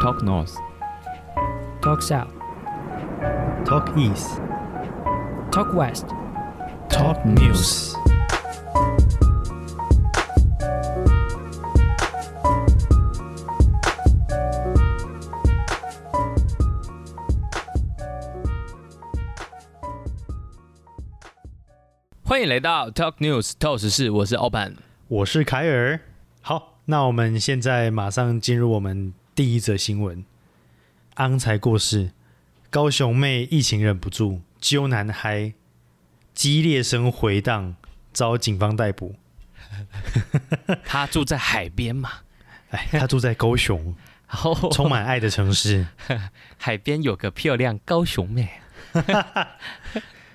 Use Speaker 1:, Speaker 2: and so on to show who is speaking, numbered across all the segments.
Speaker 1: Talk North,
Speaker 2: Talk South,
Speaker 1: Talk East,
Speaker 2: Talk West。
Speaker 1: Talk News。
Speaker 3: 欢迎来到 Talk News 透时事，我是欧版。
Speaker 4: 我是凯尔。好，那我们现在马上进入我们第一则新闻：安才过世，高雄妹疫情忍不住揪男孩，激烈声回荡，遭警方逮捕。
Speaker 3: 他住在海边嘛，
Speaker 4: 哎，他住在高雄，
Speaker 3: 然后
Speaker 4: 充满爱的城市。
Speaker 3: 海边有个漂亮高雄妹，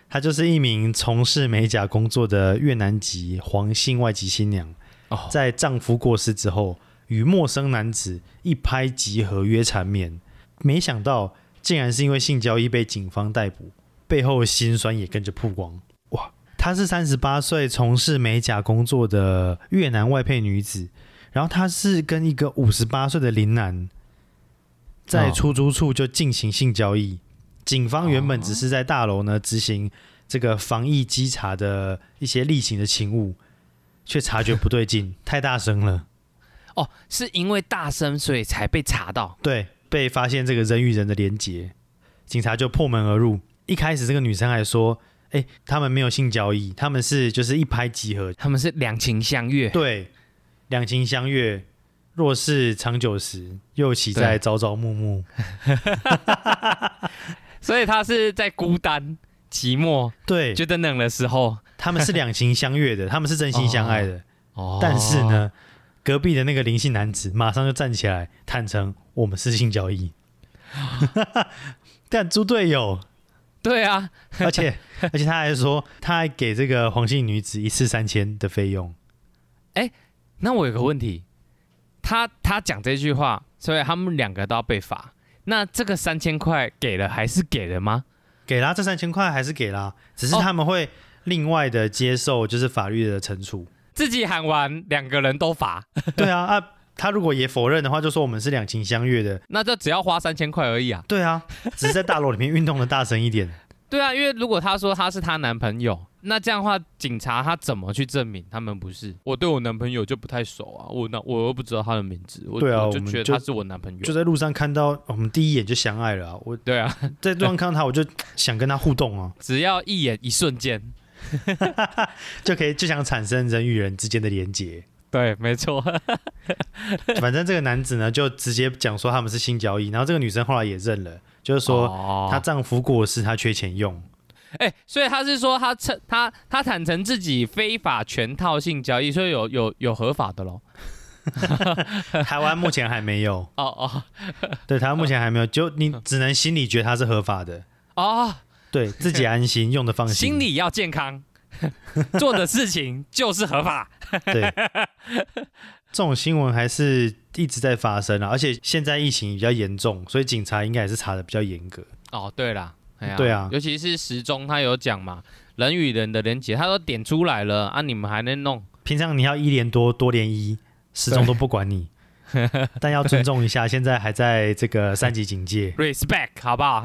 Speaker 4: 她就是一名从事美甲工作的越南籍黄姓外籍新娘
Speaker 3: 哦，
Speaker 4: 在丈夫过世之后，与陌生男子一拍即合，约缠绵。没想到，竟然是因为性交易被警方逮捕，背后辛酸也跟着曝光。哇，她是三十八岁从事美甲工作的越南外配女子，然后她是跟一个五十八岁的林男在
Speaker 3: 哦
Speaker 4: 出租处就进行性交易。警方原本
Speaker 3: 哦
Speaker 4: 只是在大楼呢执行这个防疫稽查的一些例行的勤务，却察觉不对劲，太大声了，
Speaker 3: 哦，是因为大声所以才被查到。
Speaker 4: 对，被发现这个人与人的连结，警察就破门而入。一开始这个女生还说：“哎，他们没有性交易，他们是就是一拍即合，
Speaker 3: 他们是两情相悦，
Speaker 4: 对，两情相悦。若是长久时，又岂在
Speaker 3: 对
Speaker 4: 朝朝暮暮？”
Speaker 3: 所以他是在孤单、寂寞、
Speaker 4: 对，
Speaker 3: 觉得冷的时候。
Speaker 4: 他们是两情相悦的，他们是真心相爱的。
Speaker 3: 哦，
Speaker 4: 但是，呢，隔壁的那个林姓男子马上就站起来坦诚，我们是性交易。 但猪队友，
Speaker 3: 对啊，
Speaker 4: 而且而且他还说，他还给这个黄姓女子一次三千的费用。
Speaker 3: 那我有个问题，他他讲这句话，所以他们两个都要被罚。那这个三千块给了还是给了吗？
Speaker 4: 给啦，这三千块还是给啦，只是
Speaker 3: 哦
Speaker 4: 他们会另外的接受就是法律的惩 处。
Speaker 3: 自己喊完，两个人都罚，
Speaker 4: 对啊啊，他如果也否认的话，就说我们是两情相悦的。
Speaker 3: 那就只要花三千块而已啊。
Speaker 4: 对啊，只是在大楼里面运动的大声一点。
Speaker 3: 对啊，因为如果她说她是她男朋友，那这样的话，警察他怎么去证明他们不是？我对我男朋友就不太熟啊，我那我又不知道他的名字，我
Speaker 4: 对啊
Speaker 3: 我就
Speaker 4: 我们
Speaker 3: 觉得
Speaker 4: 就
Speaker 3: 他是我男朋友。
Speaker 4: 就在路上看到，我们第一眼就相爱了啊！我
Speaker 3: 对啊，
Speaker 4: 在路上看到他，我就想跟他互 动啊。
Speaker 3: 只要一眼一瞬间，
Speaker 4: 就可以就想产生人与人之间的连结。
Speaker 3: 对，没错，
Speaker 4: 反正这个男子呢，就直接讲说他们是性交易，然后这个女生后来也认了，就是说
Speaker 3: 哦
Speaker 4: 她丈夫过世，她缺 钱用。
Speaker 3: 哎、所以他是说他承他他坦诚自己非法全套性交易，所以有有有合法的咯。
Speaker 4: 台湾目前还没有，
Speaker 3: 哦哦
Speaker 4: 对，台湾目前还没有，就你只能心里觉得它是合法的，
Speaker 3: 嗯哦，
Speaker 4: 对自己安心，用的放心。
Speaker 3: 心理要健 康，做的事情就是合法。
Speaker 4: 对，这种新闻还是一直在发生啊，而且现在疫情比较严重，所以警察应该也是查的比较严格。
Speaker 3: 哦，对啦，哎呀
Speaker 4: 对啊
Speaker 3: 尤其是时钟他有讲嘛，人与人的连接，他都点出来了啊，你们还能弄？
Speaker 4: 平常你要一连多多连一，始终都不管你，但要尊重一下，现在还在 这个三级警戒。
Speaker 3: respect 好不好？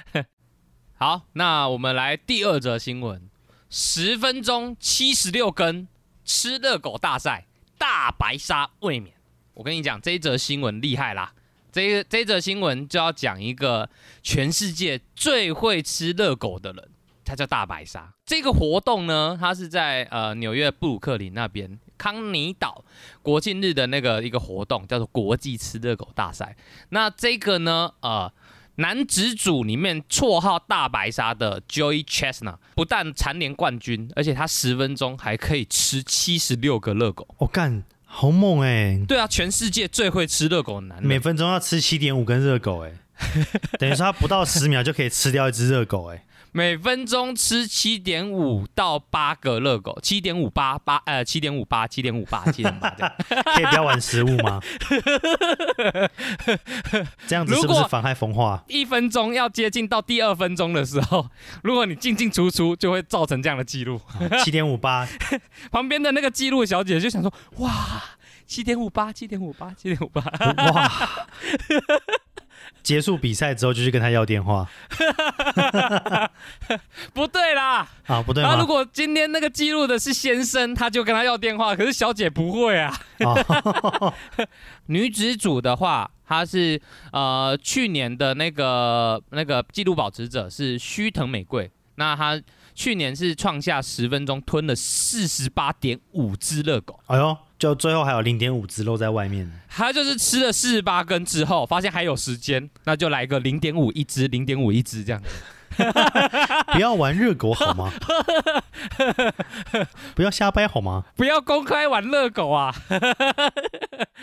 Speaker 3: 好，那我们来第二则新闻：十分钟七十六根，吃热狗大赛，大白鲨卫冕。我跟你讲，这一则新闻厉害啦！这一这一则新闻就要讲一个全世界最会吃热狗的人，他叫大白鲨。这个活动呢，它是在呃纽约布鲁克林那边康尼岛国庆日的那个一个活动，叫做国际吃热狗大赛。那这个呢，呃，男子组里面绰号大白鲨的 Joey Chestnut 不但蝉联冠军，而且他十分钟还可以吃七十六个热狗。
Speaker 4: 我、哦干，好猛哎、
Speaker 3: 对啊，全世界最会吃热狗的男
Speaker 4: 每
Speaker 3: 人。
Speaker 4: 分钟要吃七点五根热狗哎、等于说他不到十秒就可以吃掉一只热狗哎、
Speaker 3: 每分钟吃七点五到八个热狗，七点五八八呃七点五八七点五八七点八这样。
Speaker 4: 可以不要玩食物 吗？这样子是
Speaker 3: 如
Speaker 4: 不是
Speaker 3: 果
Speaker 4: 妨害风化？
Speaker 3: 一分钟要接近到第二分钟的时候，如果你进进出出，就会造成这样的记录。
Speaker 4: 七点五八，
Speaker 3: 旁边的那个记录小姐就想说，哇，七点五八，七点五八，七点五八，
Speaker 4: 哇！ 结束比赛之后就去跟他要电话
Speaker 3: 不对啦。
Speaker 4: 啊？不对
Speaker 3: 他
Speaker 4: 吗
Speaker 3: 如？果今天那个记录的是先生，他就跟他要电话，可是小姐不会啊。
Speaker 4: 啊，
Speaker 3: 女子组的话，她是呃去年的那个那个纪录保持者是须藤美贵，那她去年是创下十分钟吞了四十八点五只热狗，
Speaker 4: 哎呦，就最后还有零点五只漏在 外面，
Speaker 3: 她就是吃了四十八根之后，发现还有时间，那就来个零点五一只，零点五一只这样。
Speaker 4: 不要玩热狗好 吗？不要瞎掰好吗？
Speaker 3: 不要公开玩热狗啊！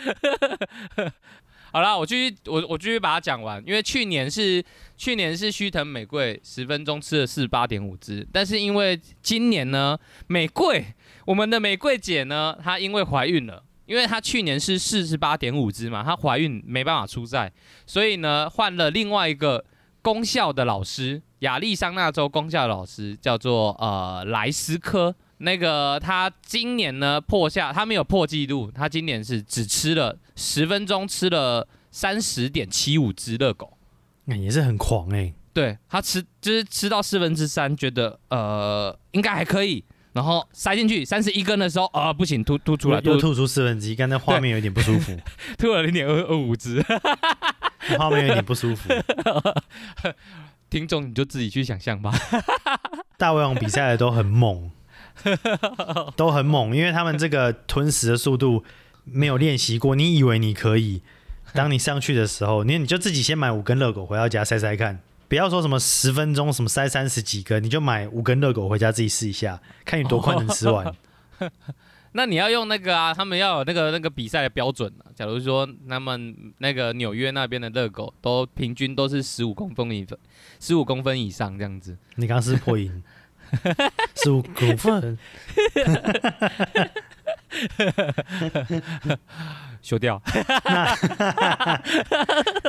Speaker 3: 好啦，我继续，我我继续把它讲完，因为去年是去年是须藤美贵十分钟吃了四十八点五只，但是因为今年呢，美贵我们的美贵姐呢，她因为怀孕了，因为她去年是四十八点五只嘛，她怀孕没办法出赛，所以呢换了另外一个公校的老师，亚利桑那州公校的老师叫做呃莱斯科。那个他今年呢破下，他没有破纪录，他今年是只吃了十分钟，吃了三十点七五只热狗。
Speaker 4: 那也是很狂哎、
Speaker 3: 对他吃就是吃到四分之三，觉得呃应该还可以，然后塞进去三十一根的时候，啊、不行，吐吐出来，
Speaker 4: 又
Speaker 3: 吐
Speaker 4: 吐出四分之一，刚才画面有点不 舒服，
Speaker 3: 吐了零点二二五只。
Speaker 4: 画面有点不舒服。
Speaker 3: 听众你就自己去想象吧。
Speaker 4: 大胃王比赛的都很猛，都很猛，因为他们这个吞食的速度没有练习过。你以为你可以，当你上去的时候，你你就自己先买五根热狗回到家塞塞看，不要说什么十分钟什么塞三十几根，你就买五根热狗回家自己试一下，看你多快能吃完。
Speaker 3: 那你要用那个啊，他们要有那个那个比赛的标准啊。假如说他们那个纽约那边的热狗都平均都是十五公分以十五公分以上这样子，
Speaker 4: 你刚刚是不是破音，十五股份
Speaker 3: 修掉。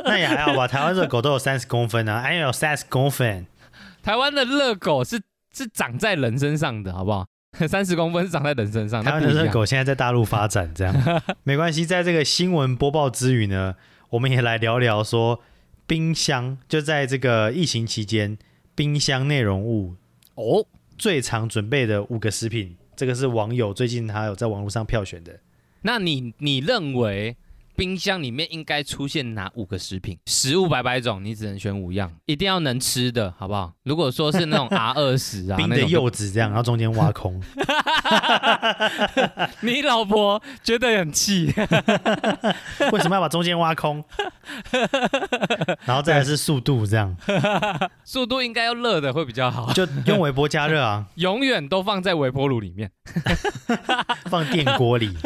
Speaker 4: 那也还好吧。台湾热狗都有三十公分啊，哎有三十公分，
Speaker 3: 台湾的热狗是是长在人身上的，好不好？ 三十公分是长在人身上，
Speaker 4: 台
Speaker 3: 啊那不
Speaker 4: 湾的
Speaker 3: 一
Speaker 4: 热
Speaker 3: 样。
Speaker 4: 狗现在在大陆发展，这 样没关系。在这个新闻播报之余呢，我们也来聊聊说冰箱，就在这个疫情期间，冰箱内容物
Speaker 3: 哦，
Speaker 4: 最常准备的五个食品，这个是网友最近他有在网络上票选的。
Speaker 3: 那你你认为冰箱里面应该出现哪五个食品？食物百百种，你只能选五样，一定要能吃的，好不好？如果说是那 种 R 二十啊，
Speaker 4: 冰
Speaker 3: 那
Speaker 4: 的
Speaker 3: 种
Speaker 4: 柚子这样，然后中间挖空，
Speaker 3: 你老婆觉得很气。
Speaker 4: 为什么要把中间挖空？然后再来是速度这样，
Speaker 3: 速度应该要热的会比较 好，
Speaker 4: 就用微波加热啊，
Speaker 3: 永远都放在微波炉里面，
Speaker 4: 放电锅里。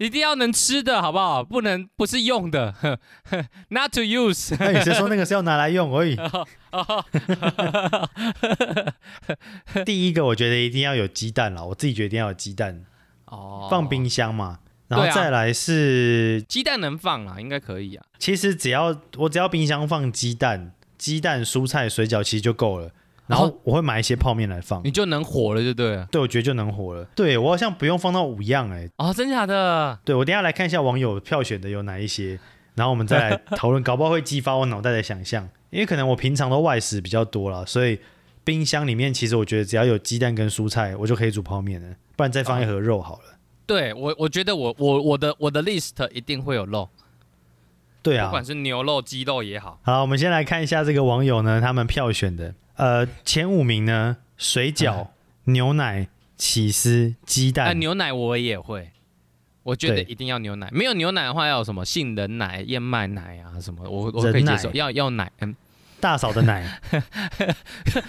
Speaker 3: 一定要能吃的好不好？不能不是用的 呵呵，not to use。
Speaker 4: 那有谁说那个是要拿来用而已？
Speaker 3: 哦
Speaker 4: 第一个我觉得一定要有鸡蛋啦，我自己觉得一定要有鸡蛋，
Speaker 3: 哦
Speaker 4: 放冰箱嘛。然后
Speaker 3: 对啊
Speaker 4: 再来是，
Speaker 3: 鸡蛋能放啦，应该可以啊。
Speaker 4: 其实只要我只要冰箱放鸡蛋、鸡蛋、蔬菜、水饺其实就够了。然
Speaker 3: 哦
Speaker 4: 后我会买一些泡面来放
Speaker 3: 你，就能火了，就对了。
Speaker 4: 对我觉得就能活了。对我好像不用放到五样哎、
Speaker 3: 哦，真假的？
Speaker 4: 对我等一下来看一下网友票选的有哪一些，然后我们再来讨论，搞不好会激发我脑袋的想象。因为可能我平常都外食比较多啦，所以冰箱里面其实我觉得只要有鸡蛋跟蔬菜，我就可以煮泡面了。不然再放一盒肉好了。
Speaker 3: 对我，我觉得我我我的我的 list 一定会有肉，
Speaker 4: 对
Speaker 3: 不
Speaker 4: 啊，
Speaker 3: 管是牛肉、鸡肉也好。
Speaker 4: 好，我们先来看一下这个网友呢，他们票选的，呃，前五名呢，水饺、牛奶、起司、鸡
Speaker 3: 那、
Speaker 4: 蛋，
Speaker 3: 哎啊牛奶我也会，我觉得
Speaker 4: 对
Speaker 3: 一定要牛奶。没有牛奶的话，要有什么杏仁奶、燕麦奶啊什么，我我可以
Speaker 4: 人
Speaker 3: 接
Speaker 4: 奶
Speaker 3: 受。要要奶，嗯，
Speaker 4: 大嫂的奶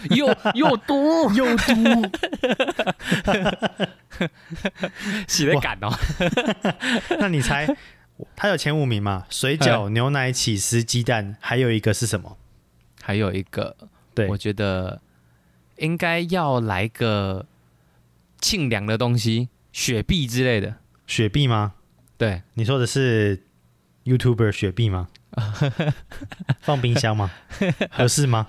Speaker 3: 又又多
Speaker 4: 又嘟，
Speaker 3: 洗的感哦。
Speaker 4: 那你猜，他有前五名嘛？水
Speaker 3: 哎
Speaker 4: 饺、牛奶、起司、鸡蛋，还有一个是什么？
Speaker 3: 还有一个，
Speaker 4: 对
Speaker 3: 我觉得应该要来个清凉的东西，雪碧之类的。
Speaker 4: 雪碧吗？
Speaker 3: 对，
Speaker 4: 你说的是 YouTuber 雪碧 吗？放冰箱吗？合适吗？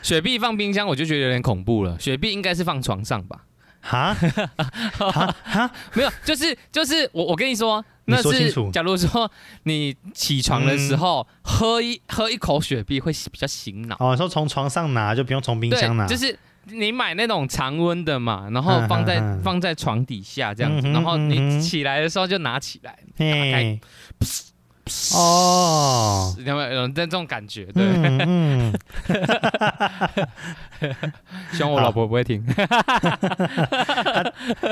Speaker 3: 雪碧放冰箱我就觉得有点恐怖了，雪碧应该是放床上吧。
Speaker 4: 哈哈哈，
Speaker 3: 没有，就是就是我我跟你说，
Speaker 4: 你
Speaker 3: 那
Speaker 4: 说清
Speaker 3: 是
Speaker 4: 楚嗯
Speaker 3: 假如说你起床的时候、喝一喝一口雪碧会比较醒脑，
Speaker 4: 哦，说从床上拿就不用从冰箱拿，
Speaker 3: 对，就是你买那种常温的嘛，然后
Speaker 4: 嗯
Speaker 3: 放在、
Speaker 4: 嗯嗯
Speaker 3: 放在床底下这样子，
Speaker 4: 嗯哼
Speaker 3: 然后
Speaker 4: 嗯
Speaker 3: 你
Speaker 4: 哼
Speaker 3: 起来的时候就拿起来，
Speaker 4: 嘿，哦，
Speaker 3: 有没有有这种感觉？对，
Speaker 4: 嗯嗯，
Speaker 3: 希望我老婆不会听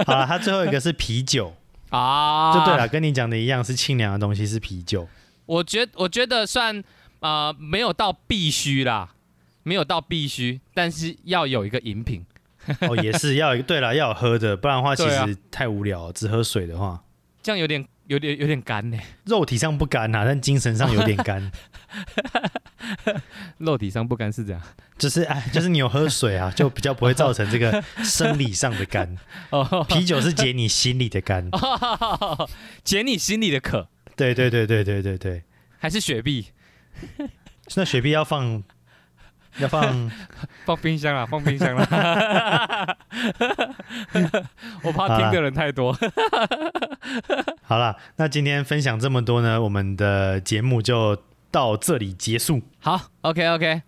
Speaker 4: 好了，它最后一个是啤酒，
Speaker 3: 啊。
Speaker 4: 就对了，，跟你讲的一样，是清凉的东西是啤酒，
Speaker 3: 我觉我觉得算呃没有到必须啦，没有到必须，但是要有一个饮品。
Speaker 4: 哦，也是要有对了，要有喝的，不然的话其
Speaker 3: 对啊
Speaker 4: 实太无聊了，只喝水的话。
Speaker 3: 这样有点有点有点干呢、
Speaker 4: 肉体上不干呐、但精神上有 点干，
Speaker 3: 肉体上不干是这样。
Speaker 4: 就是哎，就是你有喝水 啊，就比较不会造成这个生理上的干。
Speaker 3: 哦，
Speaker 4: 啤酒是解你心里的干。
Speaker 3: 解你心里的渴，
Speaker 4: 对对对对对对对。
Speaker 3: 还是雪碧？
Speaker 4: 那雪碧要放，要 放
Speaker 3: 放冰箱啊啦，放冰箱啊啦。 我怕听的人太多。
Speaker 4: 好啦，那今天分享这么多呢，我们的节目就到这里结束。
Speaker 3: 好，OK 啊 OK，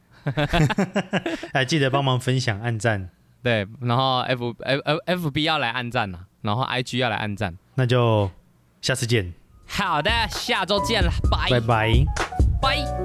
Speaker 4: 哎，记得帮忙分享、按赞，
Speaker 3: 对，然后 F F F F B 要来按赞啦，然后 I G 要来按赞。
Speaker 4: 那就下次见，
Speaker 3: 好的，下周见了，拜
Speaker 4: 拜拜
Speaker 3: 拜。